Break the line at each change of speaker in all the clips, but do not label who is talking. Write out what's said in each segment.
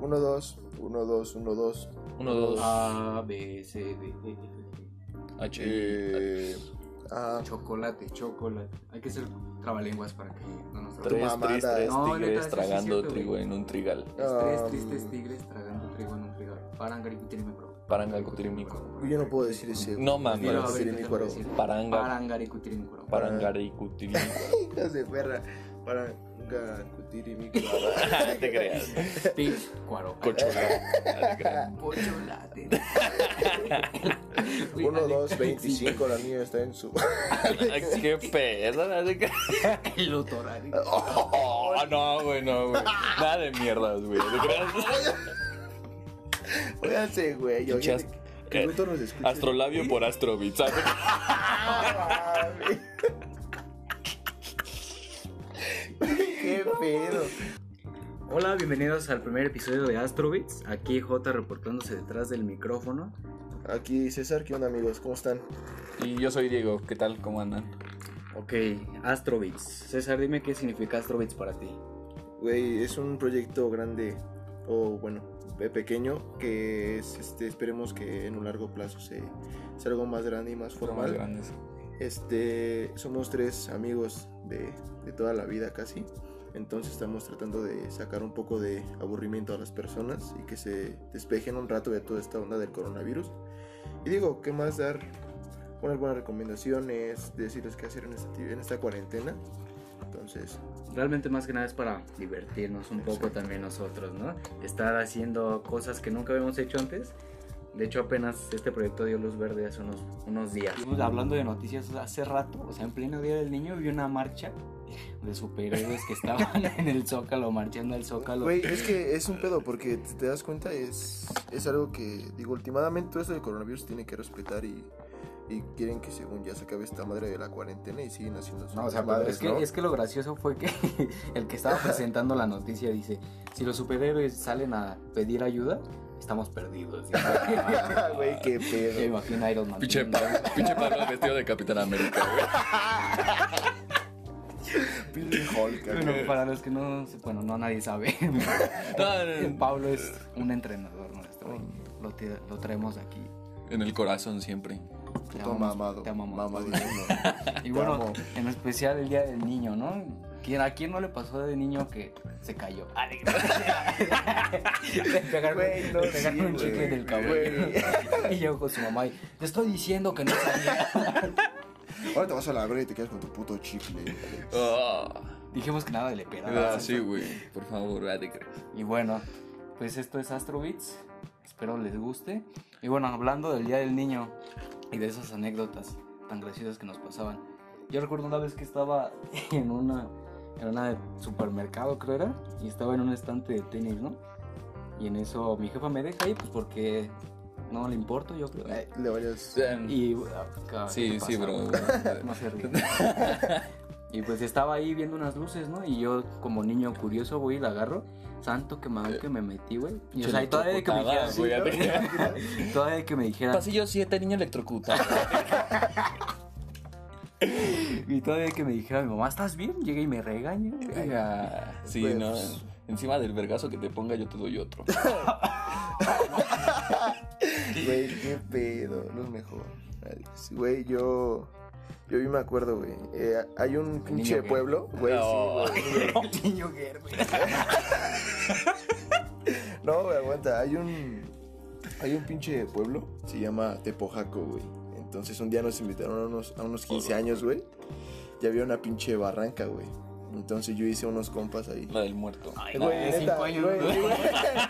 1, 2, 1, 2, 1, 2.
1, 2,
Ah,
A, B, C, D, E, F, G.
H.
Eh, ah,
Chocolate, chocolate. Hay que hacer trabalenguas para que no nos
Tu
Tres,
mamada.
tres, tres
No, neta,
tigres
sí, sí,
tragando
cierto,
trigo
güey.
en un trigal.
Ah.
Tres tristes tigres tragando trigo en un trigal. Parangaricutirimicro.
Parangaricutirimicro.
yo no puedo decir ese.
No mames.
Dilo, a ver,
Tirimicro.
inténtalo decir.
Paranga.
Parangaricutirimicro.
Parangaricutirimicro.
Hijas de perra. Para gacutir y mi Ah,
te creas.
Pinch, cuaro.
Cochola.
Pocholate.
1, 2, 25. La niña está en su.
Qué pedo. no te creas.
El ¿eh? otorari.
Oh, no, güey, no, güey. Nada de mierdas, güey. ¿Te creas?
Óiganse, güey. Yo,
Pinche
gente,
ast-
que
eh,
bruto nos escucha.
Astrolabio por Astrobit, ¿sabes?
Ah, güey. Qué pedo.
Hola, bienvenidos al primer episodio de Astrobits. Aquí J reportándose detrás del micrófono.
Aquí César, ¿qué onda, amigos? ¿Cómo están?
Y yo soy Diego. ¿Qué tal? ¿Cómo andan?
Ok, Astrobits. César, dime qué significa Astrobits para ti.
Güey, es un proyecto grande o bueno, pe- pequeño que es, este, esperemos que en un largo plazo se, sea algo más grande y más
Más
formal.
grandes.
Este, somos tres amigos de, de toda la vida casi. Entonces estamos tratando de sacar un poco de aburrimiento a las personas y que se despejen un rato de toda esta onda del coronavirus. Y digo, ¿qué más dar? Unas buenas recomendaciones, decirles qué hacer en esta, en esta cuarentena. Entonces,
Realmente más que nada es para divertirnos un poco
Exacto.
también nosotros, ¿no? Estar haciendo cosas que nunca habíamos hecho antes. De hecho, apenas este proyecto dio luz verde hace unos, unos días.
Estuvimos hablando de noticias hace rato, o sea, en pleno Día del Niño vi una marcha de superhéroes que estaban en el Zócalo, marchando al Zócalo.
Güey, es que es un pedo porque si te das cuenta es, es algo que, digo, últimamente todo esto del coronavirus se tiene que respetar y, y quieren que según ya se acabe esta madre de la cuarentena y siguen haciendo sus
No, o sea,
madres,
es, que,
¿no?
es que lo gracioso fue que el que estaba presentando la noticia dice, si los superhéroes salen a pedir ayuda, estamos perdidos.
Ah, Güey, qué
Yo
pedo.
imagino a Iron Man.
Pinche Pablo, pinche Pablo vestido de Capitán América, güey.
Pinche Hulk,
Bueno,
güey.
para los que no, bueno, no nadie sabe.
No, no, no.
Pablo es un entrenador nuestro. y Lo, te- lo traemos aquí.
En el corazón siempre.
Te
Puto
amamos,
mamado.
Te amamos.
mamadísimo.
Y bueno,
amo.
en especial el día del niño, ¿no? ¿Quién- ¿A quién no le pasó de niño que se cayó? Ah, de- Le pegaron,
Güey, no,
le pegaron
sí,
un chicle
güey,
en el cabello. Y yo con su mamá, y, te estoy diciendo que no sabía.
Ahora te vas a la verga y te quedas con tu puto chicle.
Ah,
Dijimos que nada le
ah,
pegaba.
sí, güey. Por favor, ya te creas.
Y bueno, pues esto es Astro Beats. Espero les guste. Y bueno, hablando del Día del Niño y de esas anécdotas tan graciosas que nos pasaban. Yo recuerdo una vez que estaba en una en una supermercado, creo era, y estaba en un estante de tenis, ¿no? Y en eso mi jefa me deja ahí, pues porque no le importo, yo creo. Eh,
Le vayas.
Y ah, cabrón, ¿qué
Sí,
te
sí,
pasa,
bro.
güey? No se ríe. Y pues estaba ahí viendo unas luces, ¿no? Y yo, como niño curioso, voy y la agarro. Santo quemadón que me metí, güey. Y o sea, y todavía de que me dijera,
Electrocutada, güey, ya te creas.
todavía de que me dijera,
Pasillo 7, niño electrocutado.
y todavía de que me dijera mi mamá, ¿estás bien? Llega y me regaña. güey.
Ah, Sí,
Pues-
no. Encima del vergazo que te ponga, yo te doy otro.
Güey, qué pedo, lo mejor. Ay, sí, Güey, yo. Yo bien me acuerdo, güey. Eh, hay un pinche
que-
pueblo, güey.
No.
Sí, güey.
Niño Gerber.
No, güey, aguanta. Hay un. Hay un pinche pueblo. Se llama Tepojaco, güey. Entonces un día nos invitaron a unos, a unos 15 años, güey. Y había una pinche barranca, güey. Entonces yo hice unos compas ahí.
La del muerto.
Ay, de cinco años,
güey,
güey.
güey,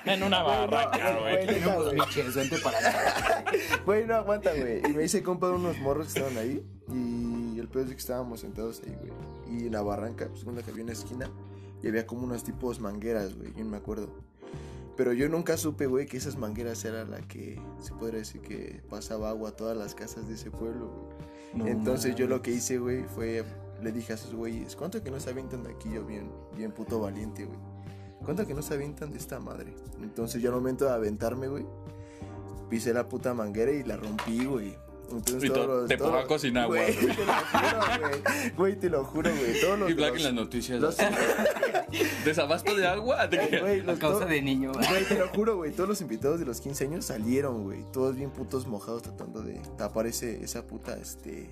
En una barraca,
güey, neta,
Tenemos
güey.
biches, vente para acá.
Güey, no aguanta, güey. Y me hice compa de unos morros que estaban ahí. Y el pedo es que estábamos sentados ahí, güey. Y en la barranca, pues una que había una esquina. Y había como unas tipos mangueras, güey. Yo no me acuerdo. Pero yo nunca supe, güey, que esas mangueras era la que se podría decir que pasaba agua a todas las casas de ese pueblo, güey. Entonces yo lo que hice, güey, fue le dije a esos güeyes, ¿cuánto que no se avientan de aquí? Yo bien, bien puto valiente, güey. ¿Cuánto que no se avientan de esta madre? Entonces yo al momento de aventarme, güey, pisé la puta manguera y la rompí, güey. Entonces,
Y
todos
to-
los-
te
todos-
pongo a cocinar,
güey.
güey.
Te lo juro, güey. Güey, te lo juro, güey. Todos los.
Y Black en las
los-
noticias.
los-
Desabasto de agua. ¿De qué?
güey,
A
los-
causa
to-
de niño.
Güey, te lo juro, güey. Todos los invitados de los 15 años salieron, güey. Todos bien putos mojados tratando de tapar ese, esa puta, este.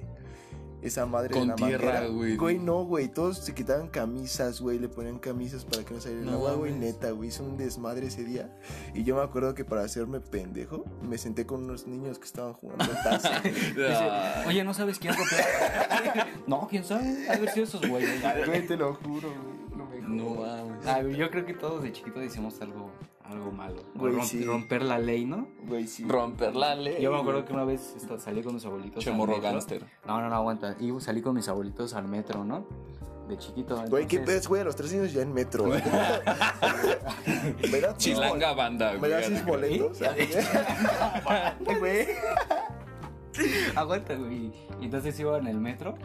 Esa madre de
Con
la
tierra,
manguera.
güey.
Güey, no, güey. Todos se quitaban camisas, güey. Le ponían camisas para que no saliera el
No
agua, güey.
mames.
Neta, güey. Hizo un desmadre ese día. Y yo me acuerdo que para hacerme pendejo, me senté con unos niños que estaban jugando taza. güey.
Ah,
Oye, ¿no sabes quién rompió? no, quién sabe. Ha de haber sido esos güeyes.
Güey, te lo juro, güey. Lo mejor.
No mames.
Ah, yo creo que todos de chiquitos hicimos algo, algo malo. O
Güey,
romp-
sí.
Romper la ley, ¿no?
Güey, sí.
Romper la ley.
Yo me acuerdo que una vez esta- salí con mis abuelitos. al
Chemorro
metro.
gánster.
No, no, no, aguanta. Y salí con mis abuelitos al metro, ¿no? De chiquito.
Güey, qué
entonces-
pedo, güey. A los tres años ya en metro. güey. ¿Me das-
Chilanga banda,
¿Me
güey.
das mis boletos? Güey.
Aguanta, güey. Y entonces iba en el metro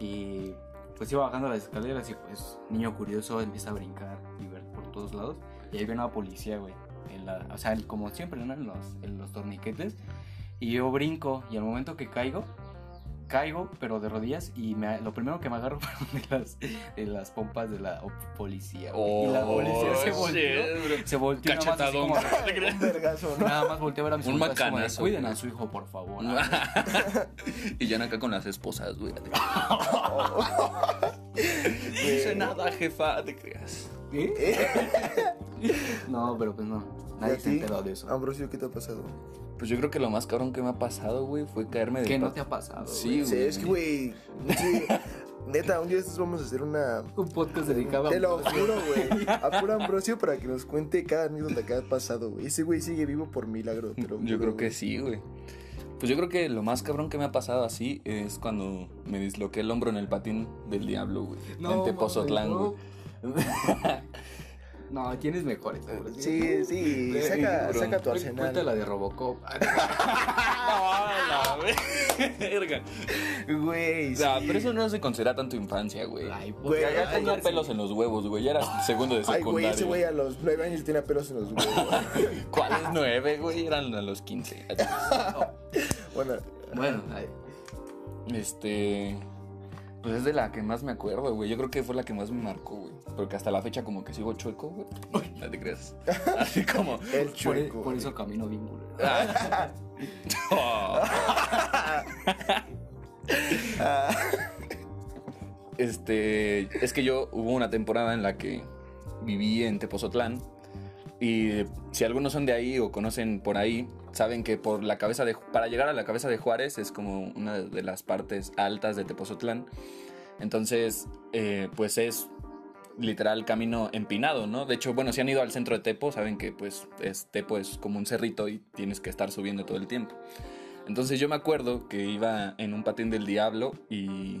y pues iba bajando las escaleras y pues niño curioso empieza a brincar y ver por todos lados. Y ahí viene una policía, güey. en la- o sea, el- como siempre, ¿no? En los, en los torniquetes. Y yo brinco y al momento que caigo, caigo pero de rodillas y me- lo primero que me agarro fueron de las, de las pompas de la op- policía. güey. y la policía se
Oh,
volteó.
shit.
Se volteó. nada más así
Cachetadón.
como-
¿Te crees?
Un vergazo, ¿no?
Nada más volteé a ver a mis
Un
compas como de,
macanazo,
Cuiden
güey.
a su hijo, por favor.
y ya acá con las esposas, güey. No
hice
hice
nada,
nada, jefa, te creas.
¿Eh?
¿Eh?
No, pero pues no.
¿Y
Nadie
a
se
ti? Ah,
enteró de eso.
Eh, Ambrosio, ¿qué te ha pasado?
Pues yo creo que lo más cabrón que me ha pasado, güey, fue caerme de
Que no te ha pasado.
Sí,
güey?
Sí, es que, güey. sí. Neta, un día estos vamos a hacer una.
Un podcast dedicado a.
Te lo juro, güey. A puro Ambrosio para que nos cuente cada anécdota que ha pasado, güey. Ese güey sigue vivo por milagro, te lo juro.
Yo creo que
güey.
sí, güey. Pues yo creo que lo más cabrón que me ha pasado así es cuando me disloqué el hombro en el patín del diablo, güey. en Tepozotlán, güey.
No, no, tienes mejores. güey.
Sí, sí.
Güey,
Saca,
bro.
saca tu
Cu- Cuenta
arsenal.
la de Robocop.
¡Ah, la verga!
Güey,
O
sí.
sea, pero eso no se considera tanto infancia, güey.
Ay, pues,
Güey,
Ya, ya
ay,
tenía
sí.
pelos en los huevos, güey. Ya era segundo de
Ay, güey,
secundaria.
ese güey a los nueve años tenía pelos en los huevos.
¿Cuáles nueve, güey? Eran a los 15.
Bueno,
Bueno, ay, e-
Este. Pues es de la que más me acuerdo, güey. Yo creo que fue la que más me marcó, güey. Porque hasta la fecha, como que sigo chueco, güey. No te creas. Así como.
el
por,
chueco.
por
güey.
eso camino bien culero.
Ah. Oh. Este, es que yo hubo una temporada en la que viví en Tepozotlán y si algunos son de ahí o conocen por ahí, saben que por la cabeza de para llegar a la cabeza de Juárez es como una de las partes altas de Tepozotlán. Entonces, eh, pues es literal camino empinado, ¿no? De hecho, bueno, si han ido al centro de Tepo, saben que pues es, Tepo es como un cerrito y tienes que estar subiendo todo el tiempo. Entonces yo me acuerdo que iba en un patín del diablo y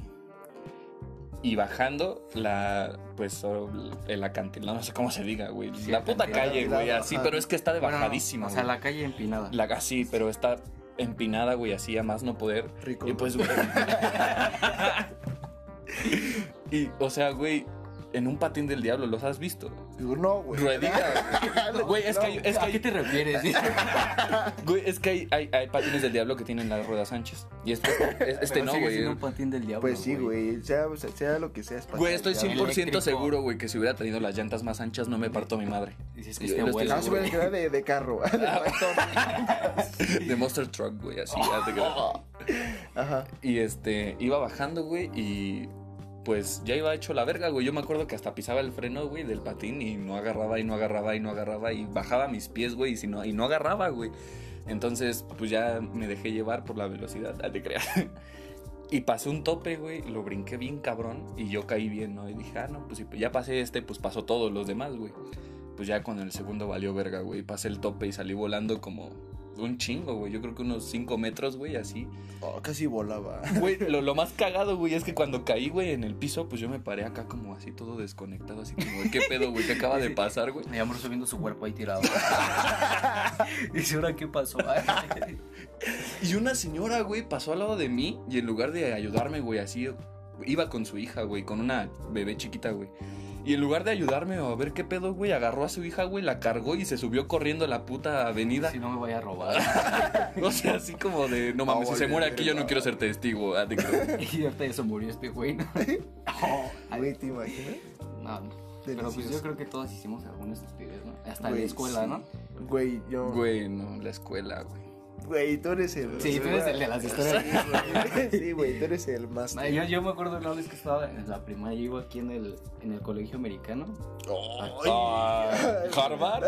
y bajando la pues o- el acantilado, no sé cómo se diga, güey,
Sí,
la puta
acantilado,
calle,
la
güey, así,
bajada.
pero es que está de
Bueno,
bajadísima,
O sea,
güey.
la calle empinada.
la así, pero está empinada, güey, así a más no poder.
Rico.
Y pues, güey. y, o sea, güey, en un patín del diablo, ¿los has visto?
No, güey. Ah,
Rueditas. güey. Güey, es que, hay- es que,
¿A qué
hay-
te refieres?
Este
güey, es que hay, hay- hay patines del diablo que tienen las ruedas anchas. Y este, es- este
Pero
no,
sigue
güey.
siendo un patín del diablo.
Pues sí, güey. Sea, o sea, sea lo que sea. es
Güey, estoy
patriarcal.
100%
Eléctrico.
seguro, güey, que si hubiera tenido las llantas más anchas no me parto mi madre.
Dices que Ah,
Yo
este
no estoy
abuelo.
Ah, se puede quedar de, de carro. Ah, de tractor.
De Monster Truck, güey, así. ya te creas.
Ajá.
Y este, iba bajando, güey, y pues ya iba hecho la verga, güey. Yo me acuerdo que hasta pisaba el freno, güey, del patín y no agarraba y no agarraba y no agarraba y bajaba mis pies, güey, y, si no, y no agarraba, güey. Entonces, pues ya me dejé llevar por la velocidad, ah, te creas. Y pasé un tope, güey, lo brinqué bien cabrón y yo caí bien, ¿no? Y dije, ah, no, pues si ya pasé este, pues pasó todos los demás, güey. Pues ya con el segundo valió verga, güey. Pasé el tope y salí volando como un chingo, güey. Yo creo que unos 5 metros, güey, así.
Oh, casi volaba.
Güey, lo, lo más cagado, güey, es que cuando caí, güey, en el piso, pues yo me paré acá como así todo desconectado, así como, güey, ¿qué pedo, güey? ¿Qué acaba de pasar, güey?
Mi amor subiendo su cuerpo ahí tirado. Dice, ¿ahora qué pasó?
Y una señora, güey, pasó al lado de mí y en lugar de ayudarme, güey, así, iba con su hija, güey, con una bebé chiquita, güey. Y en lugar de ayudarme o a ver qué pedo, güey, agarró a su hija, güey, la cargó y se subió corriendo a la puta avenida.
Si no me voy a robar.
O sea, así como de, no mames, si se muere aquí yo no quiero ser testigo. ah, de que-
y ahorita ya se murió este güey. ¿no?
Güey, ¿te imaginas?
No, pero pues
Delicioso.
yo creo que todos hicimos alguna estupidez, ¿no? Hasta en
Güey,
la escuela,
sí.
¿no?
Güey, yo. Güey,
Güey, no, la escuela, güey.
tú eres el.
Sí, tú eres el de las historias.
Sí, güey, tú eres el más.
Ay, Yo, yo me acuerdo una vez que estaba en la primaria, yo iba aquí en el, en el colegio americano.
Ah, Harvard.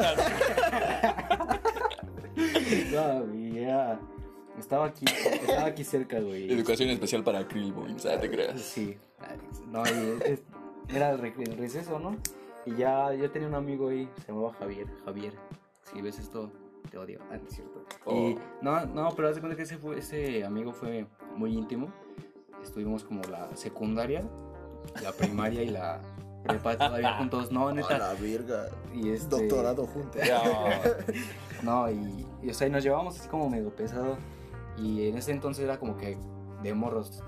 No, y era- Estaba aquí, estaba aquí cerca, güey.
Educación especial para Krillboins, ah, te creas.
Sí. No, y es- era el, rec- el receso, ¿no? Y ya yo tenía un amigo ahí, se llamaba Javier. Javier, si ves esto, te odio. Ah, no es cierto. Y,
Oh.
no, no, pero haz de cuenta que ese, fue- ese amigo fue muy íntimo. Estuvimos como la secundaria, la primaria y la prepa todavía juntos. No,
A
neta.
la verga.
Y este,
Doctorado juntos.
No, y, y, o sea, y nos llevábamos así como medio pesado. Y en ese entonces era como que de morros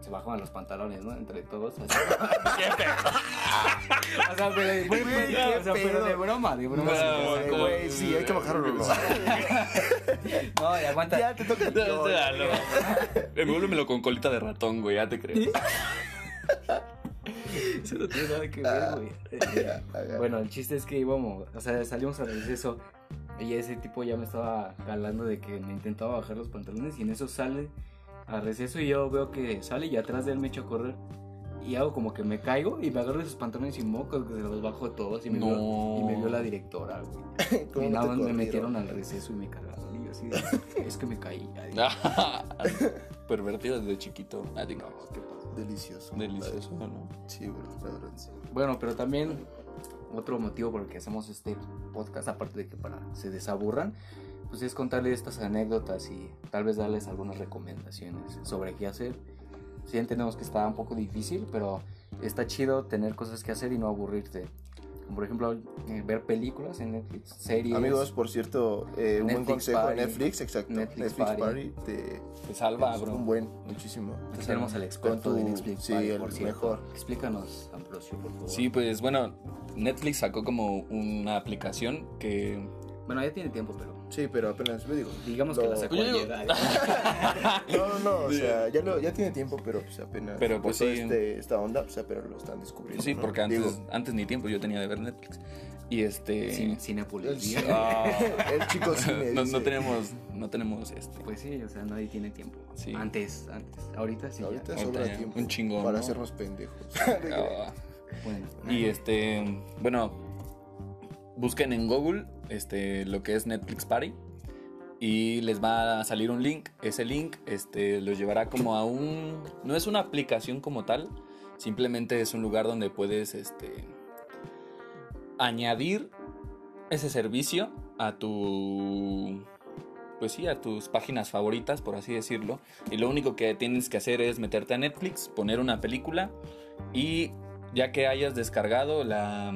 se bajaban los pantalones, ¿no? Entre todos. así. o sea, pero, muy- muy-
Qué
o sea, pero de
pedo.
broma, de broma.
No,
sí,
Ay, Güey, sí, hay que bajarlo. ¿no?
no, y aguanta.
Ya te toca. a ti,
No, o
güey.
sea, no. Envuélvemelo con colita de ratón, güey, ya te creo.
Eso no tiene nada que ver, güey.
Ah, Ya, ya.
Bueno, el chiste es que íbamos, o sea, salimos al receso y ese tipo ya me estaba calando de que me intentaba bajar los pantalones y en eso sale al receso y yo veo que sale y atrás de él me echo a correr y hago como que me caigo y me agarro de sus pantalones y mocos que se los bajo todos y me,
No.
vio, y me vio la directora, güey.
¿Cómo
Y
no
nada más
te
me
corrieron?
metieron al receso y me cagaron y yo así de, es que me caí. Ay,
Pervertido desde chiquito. Ah, te creo.
no, ¿qué pasó?
Delicioso.
Delicioso, ¿no?
Sí, güey, la verdad, sí.
Bueno, pero también otro motivo por el que hacemos este podcast, aparte de que para se desaburran, pues es contarles estas anécdotas y tal vez darles algunas recomendaciones sobre qué hacer. Sí entendemos que está un poco difícil, pero está chido tener cosas que hacer y no aburrirte. Como por ejemplo eh, ver películas en Netflix, series.
Amigos, por cierto, eh, un buen
Netflix
consejo de
Party.
Netflix, exacto.
Netflix
Netflix,
Party.
Party. te
Te salva,
es
bro.
un buen, muchísimo.
Aquí tenemos al experto
tu-
de Netflix.
sí,
Party,
el
por cierto.
mejor.
Explícanos, Ambrosio, por favor.
Sí, pues bueno, Netflix sacó como una aplicación que.
Bueno, ya tiene tiempo, pero
Sí, pero apenas me digo.
digamos que
lo-
la sacó
Yo digo-
ayer. Ay,
No, no, no, o sea, ya, lo- ya tiene tiempo, pero pues apenas.
Pero, pues,
empezó
sí.
este- esta onda, o sea, pero lo están descubriendo.
Sí,
¿no?
porque antes,
Digo,
antes ni tiempo yo tenía de ver Netflix. Y este.
Sin, cinépolis.
el, sí-
Ah.
el chico sí me
no, no
dice,
tenemos. No tenemos este.
Pues sí, o sea, nadie tiene tiempo.
Sí.
Antes, antes. Ahorita sí.
Ahorita
ahorita
sobra
ya,
tiempo.
un chingón,
Para
¿no?
hacernos pendejos.
Ah.
ya. Bueno.
Y este, bueno, busquen en Google este, lo que es Netflix Party y les va a salir un link. Ese link este, los llevará como a un... No es una aplicación como tal, simplemente es un lugar donde puedes este, añadir ese servicio a tu... Pues sí, a tus páginas favoritas, por así decirlo. Y lo único que tienes que hacer es meterte a Netflix, poner una película y ya que hayas descargado la,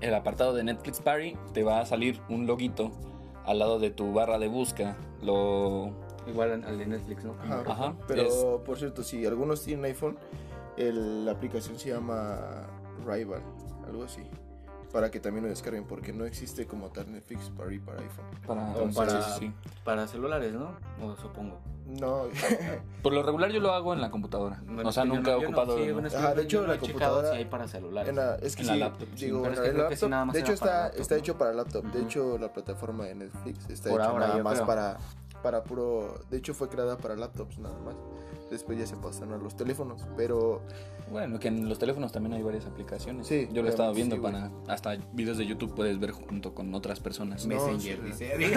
el apartado de Netflix Party, te va a salir un loguito al lado de tu barra de busca. Lo.
Igual al de Netflix, ¿no?
Ajá.
Ajá.
Pero,
es-
por cierto, si algunos tienen iPhone, el- la aplicación se llama Rival, algo así. Para que también lo descarguen, porque no existe como tal Netflix Party para iPhone.
para,
o Oh, para-
sí, sí,
Para celulares, ¿no? O supongo.
No,
sí. Por lo regular yo lo hago en la computadora.
Bueno,
o sea,
yo no-
nunca he
yo no-
ocupado.
sí,
¿no?
bueno, es que
Ajá, de
yo no
hecho,
he
la
checado
computadora-
si hay para celulares.
en la- es que
En la
sí,
laptop, sí.
digo,
Pero es
en
que
la
creo que sí,
laptop-
nada más
de
era
hecho, está,
para laptop,
está
¿no?
hecho para laptop. De
Ujú.
hecho, la plataforma de Netflix está
Por
hecha
ahora,
nada
yo
más
creo.
para, para puro. De hecho, fue creada para laptops, nada más. Después ya se pasaron a los teléfonos, pero
Bueno, que en los teléfonos también hay varias aplicaciones.
Sí,
yo lo he estado viendo
obviamente, sí,
para. Hasta videos de YouTube puedes ver junto con otras personas.
No,
Messenger,
sí,
dice.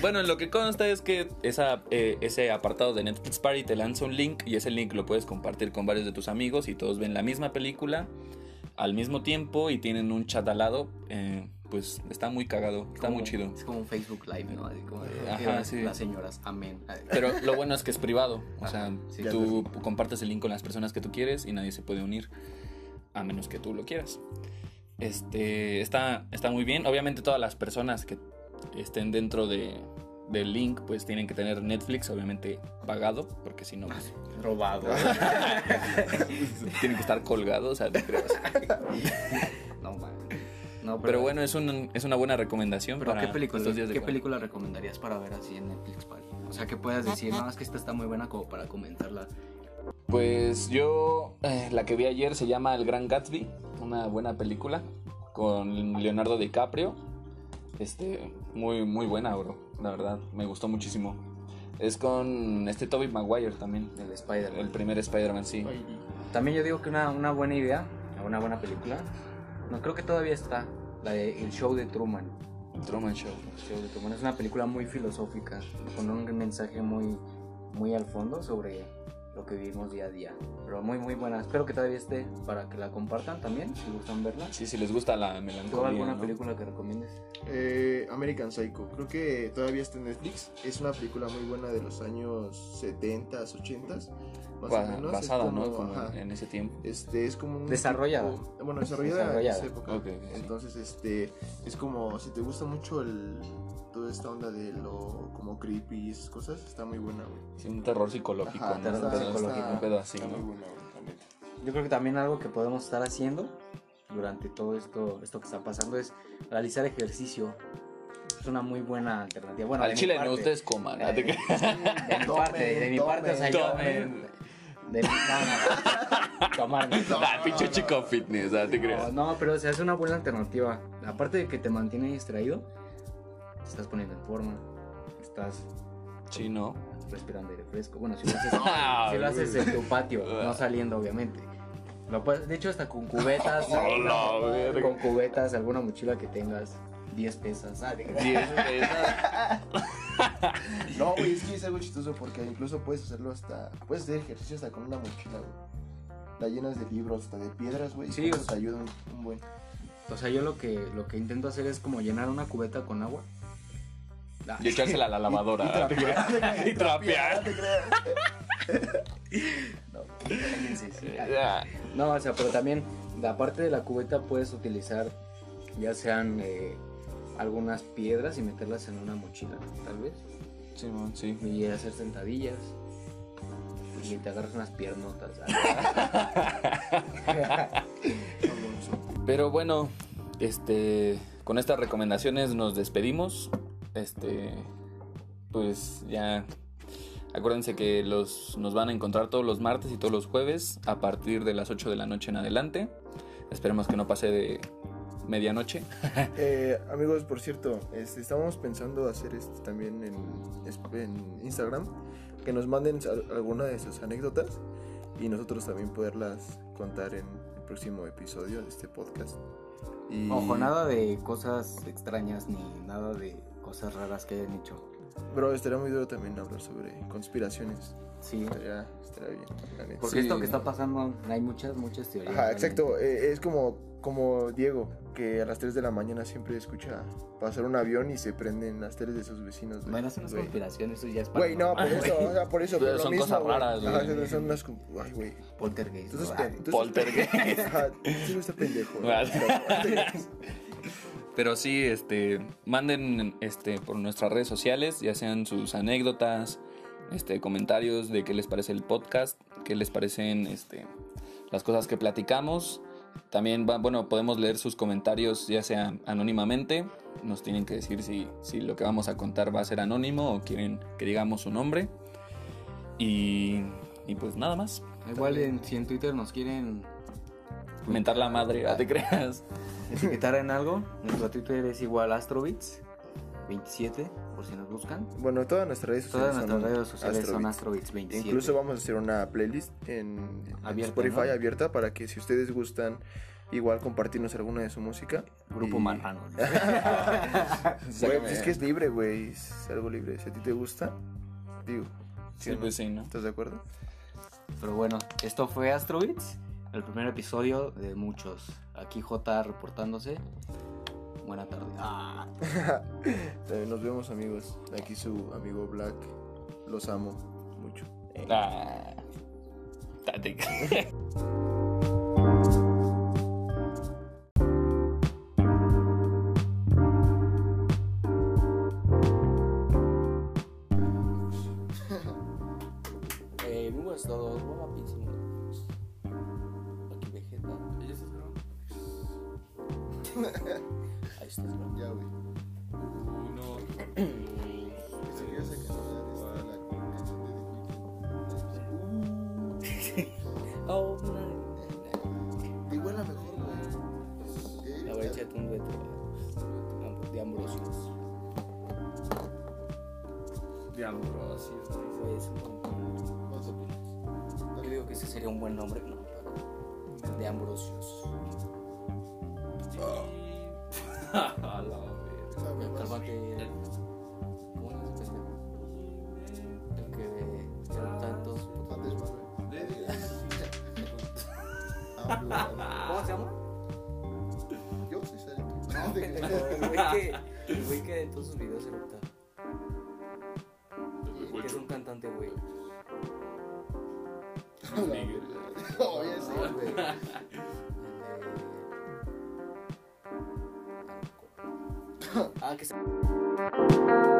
Bueno, en lo que consta es que esa, eh, ese apartado de Netflix Party te lanza un link y ese link lo puedes compartir con varios de tus amigos y todos ven la misma película al mismo tiempo y tienen un chat al lado. eh, pues está muy cagado, está muy chido.
Es como un Facebook Live, ¿no? Así como de,
Ajá,
las-
sí.
las señoras, amén. Ay,
Pero lo bueno es que es privado, o sea,
sí.
tú compartes el link con las personas que tú quieres y nadie se puede unir a menos que tú lo quieras. Este está está muy bien, obviamente todas las personas que estén dentro de del link, pues tienen que tener Netflix, obviamente pagado, porque si no, pues,
Robado.
tienen que estar colgados. o sea, no creo.
no, man. No,
Pero bueno, es, un- es una buena recomendación.
Pero
para
¿qué, película,
estos días de
¿qué
cuarentena.
película recomendarías para ver así en Netflix Party? O sea, que puedas decir, no, es que esta está muy buena como para comentarla.
Pues yo, eh, la que vi ayer se llama El Gran Gatsby, una buena película con Leonardo DiCaprio. Este, muy, muy buena, bro. La verdad, me gustó muchísimo. Es con este Toby Maguire también,
Del
el
Spider-Man.
primer Spider-Man, sí.
También yo digo que una, una buena idea, una buena película, no creo que todavía está, la de El Show de Truman.
El Truman Show.
El Show de Truman es una película muy filosófica, con un mensaje muy, muy al fondo sobre lo que vivimos día a día. Pero muy, muy buena. Espero que todavía esté para que la compartan también, si gustan verla.
Sí, si les gusta la
¿Tú
melancolía.
alguna
¿no?
película que recomiendes?
Eh, American Psycho. Creo que todavía está en Netflix. Es una película muy buena de los años 70s, 80s. Más
Ba-
o menos. Es
basada, ¿no?
como-
Como
ajá.
en ese tiempo.
Este es como un.
Desarrollada.
tipo- bueno, desarrollada,
Desarrollada.
en esa época.
Ok, sí.
Entonces, este. Es como. Si te gusta mucho el. Toda esta onda de lo. Como creepy y esas cosas. Está muy buena, güey.
Sí, un terror psicológico.
Ajá,
¿no?
está-
Un pedo-
está-
un pedo así,
está
¿no?
muy buena, güey, la neta.
Yo creo que también algo que podemos estar haciendo durante todo esto, esto que está pasando es realizar ejercicio. Es una muy buena alternativa. Bueno, de
Al
mi
chile
parte.
no, ustedes coman.
Eh,
¿no?
De mi parte, de mi parte, o sea, yo.
tomen.
De mi no, no, no. Tomar, no, tomar.
Ah, pinche chico fitness, ¿no? ¿Te creas?
No, pero o sea, es una buena alternativa. Aparte de que te mantiene distraído, te estás poniendo en forma. Estás
Sí, no.
respirando aire fresco. Bueno, si lo haces,
Ah,
si lo haces en tu patio,
Ah.
no saliendo, obviamente. Lo puedes- de hecho, hasta con cubetas.
Hola, verga.
con cubetas, alguna mochila que tengas, 10 pesas. ah, de-
10 pesas.
No, güey, es que es algo chistoso porque incluso puedes hacerlo hasta. Puedes hacer ejercicio hasta con una mochila, güey. La llenas de libros, hasta de piedras, güey. y
Sí,
eso
o sea-
te ayuda un, un buen.
O sea, yo lo que, lo que intento hacer es como llenar una cubeta con agua. Ah,
Y echársela a la lavadora. ¿no? ¿Te creas? Y trapear.
no, cállense, sí, ay.
Ya.
No, o sea, pero también, aparte de la cubeta, puedes utilizar ya sean eh, algunas piedras y meterlas en una mochila, tal vez.
Simón, sí.
Y hacer sentadillas. Y te agarras unas piernotas.
Pero bueno, este, con estas recomendaciones nos despedimos. Este, pues ya. Acuérdense que los, nos van a encontrar todos los martes y todos los jueves a partir de las 8 de la noche en adelante. Esperemos que no pase de medianoche.
Eh, amigos, por cierto, este, estábamos pensando hacer esto también en, es- en Instagram. Que nos manden sal- alguna de sus anécdotas y nosotros también poderlas contar en el próximo episodio de este podcast. Y,
Ojo, nada de cosas extrañas ni nada de cosas raras que hayan hecho.
Bro, estaría muy duro también hablar sobre conspiraciones.
Sí.
Estaría, estaría bien, la neta.
Porque
Sí.
esto que está pasando, hay muchas, muchas teorías.
Ajá,
también.
exacto. eh, es como, como Diego, que a las 3 de la mañana siempre escucha pasar un avión y se prenden las teles de sus vecinos. güey.
Bueno, es una
Güey.
conspiración, eso ya es para.
Güey, no, por eso, o sea, por eso.
Pero
por lo
son
mismo,
cosas
güey.
raras,
Ajá,
güey.
son unas. con- Ay, güey.
Poltergeist.
Entonces,
¿verdad?
entonces-
Poltergeist.
Ajá, sí, está pendejo. güey.
Pero sí, este, manden este, por nuestras redes sociales, ya sean sus anécdotas, este, comentarios de qué les parece el podcast, qué les parecen este, las cosas que platicamos. También, va- bueno, podemos leer sus comentarios ya sea anónimamente. Nos tienen que decir si, si lo que vamos a contar va a ser anónimo o quieren que digamos su nombre. Y, y pues nada más.
Igual en- si en Twitter nos quieren
Mentar la madre, no te creas.
etiquetar en algo, nuestro Twitter es igual astrobits27, por si nos buscan.
Bueno, todas nuestras redes
Todas
sociales.
nuestras
son
redes sociales son
Astrobits.
astrobits27.
Incluso vamos a hacer una playlist en
Abierta,
Spotify
¿no?
abierta para que si ustedes gustan, igual compartirnos alguna de su música.
Grupo
Y-
Marrano.
Güey,
Sácame.
pues es que es libre, güey. Es algo libre. Si a ti te gusta, digo.
Sí, pues sí, ¿no?
¿Estás de acuerdo?
Pero bueno, esto fue Astrobits, el primer episodio de muchos. Aquí J reportándose. Buena tarde. Ah.
Eh, Nos vemos, amigos. Aquí su amigo Black. Los amo mucho.
Ah, date.
güey, hasta los Wallabies, güey. Aquí Vegeta.
¿Ya estás grabando?
Ahí estás, güey.
Ya, güey.
Uy, no.
Si llegas a cantar, está la canción de The Weeknd.
Oh, no.
Eh, Igual la mejor, güey. Eh,
A ver,
ya.
échate un dueto. güey. De Ambrosio.
De Ambrosio.
Güey, es pues, un buen-
Vas a-
Yo digo que ese sería un buen nombre, ¿no? para- De Ambrosios.
A la verga.
Ah, güey,
El
vas.
calva que. ¿Cómo era ese pendejo? El que. Eran tantos.
Antes, güey. Habla.
¿Cómo se llama?
Yo soy serio.
El güey que. El güey que en todos sus videos se nota. Que es un cantante, güey.
Oye, sí, güey.
Ah, que se.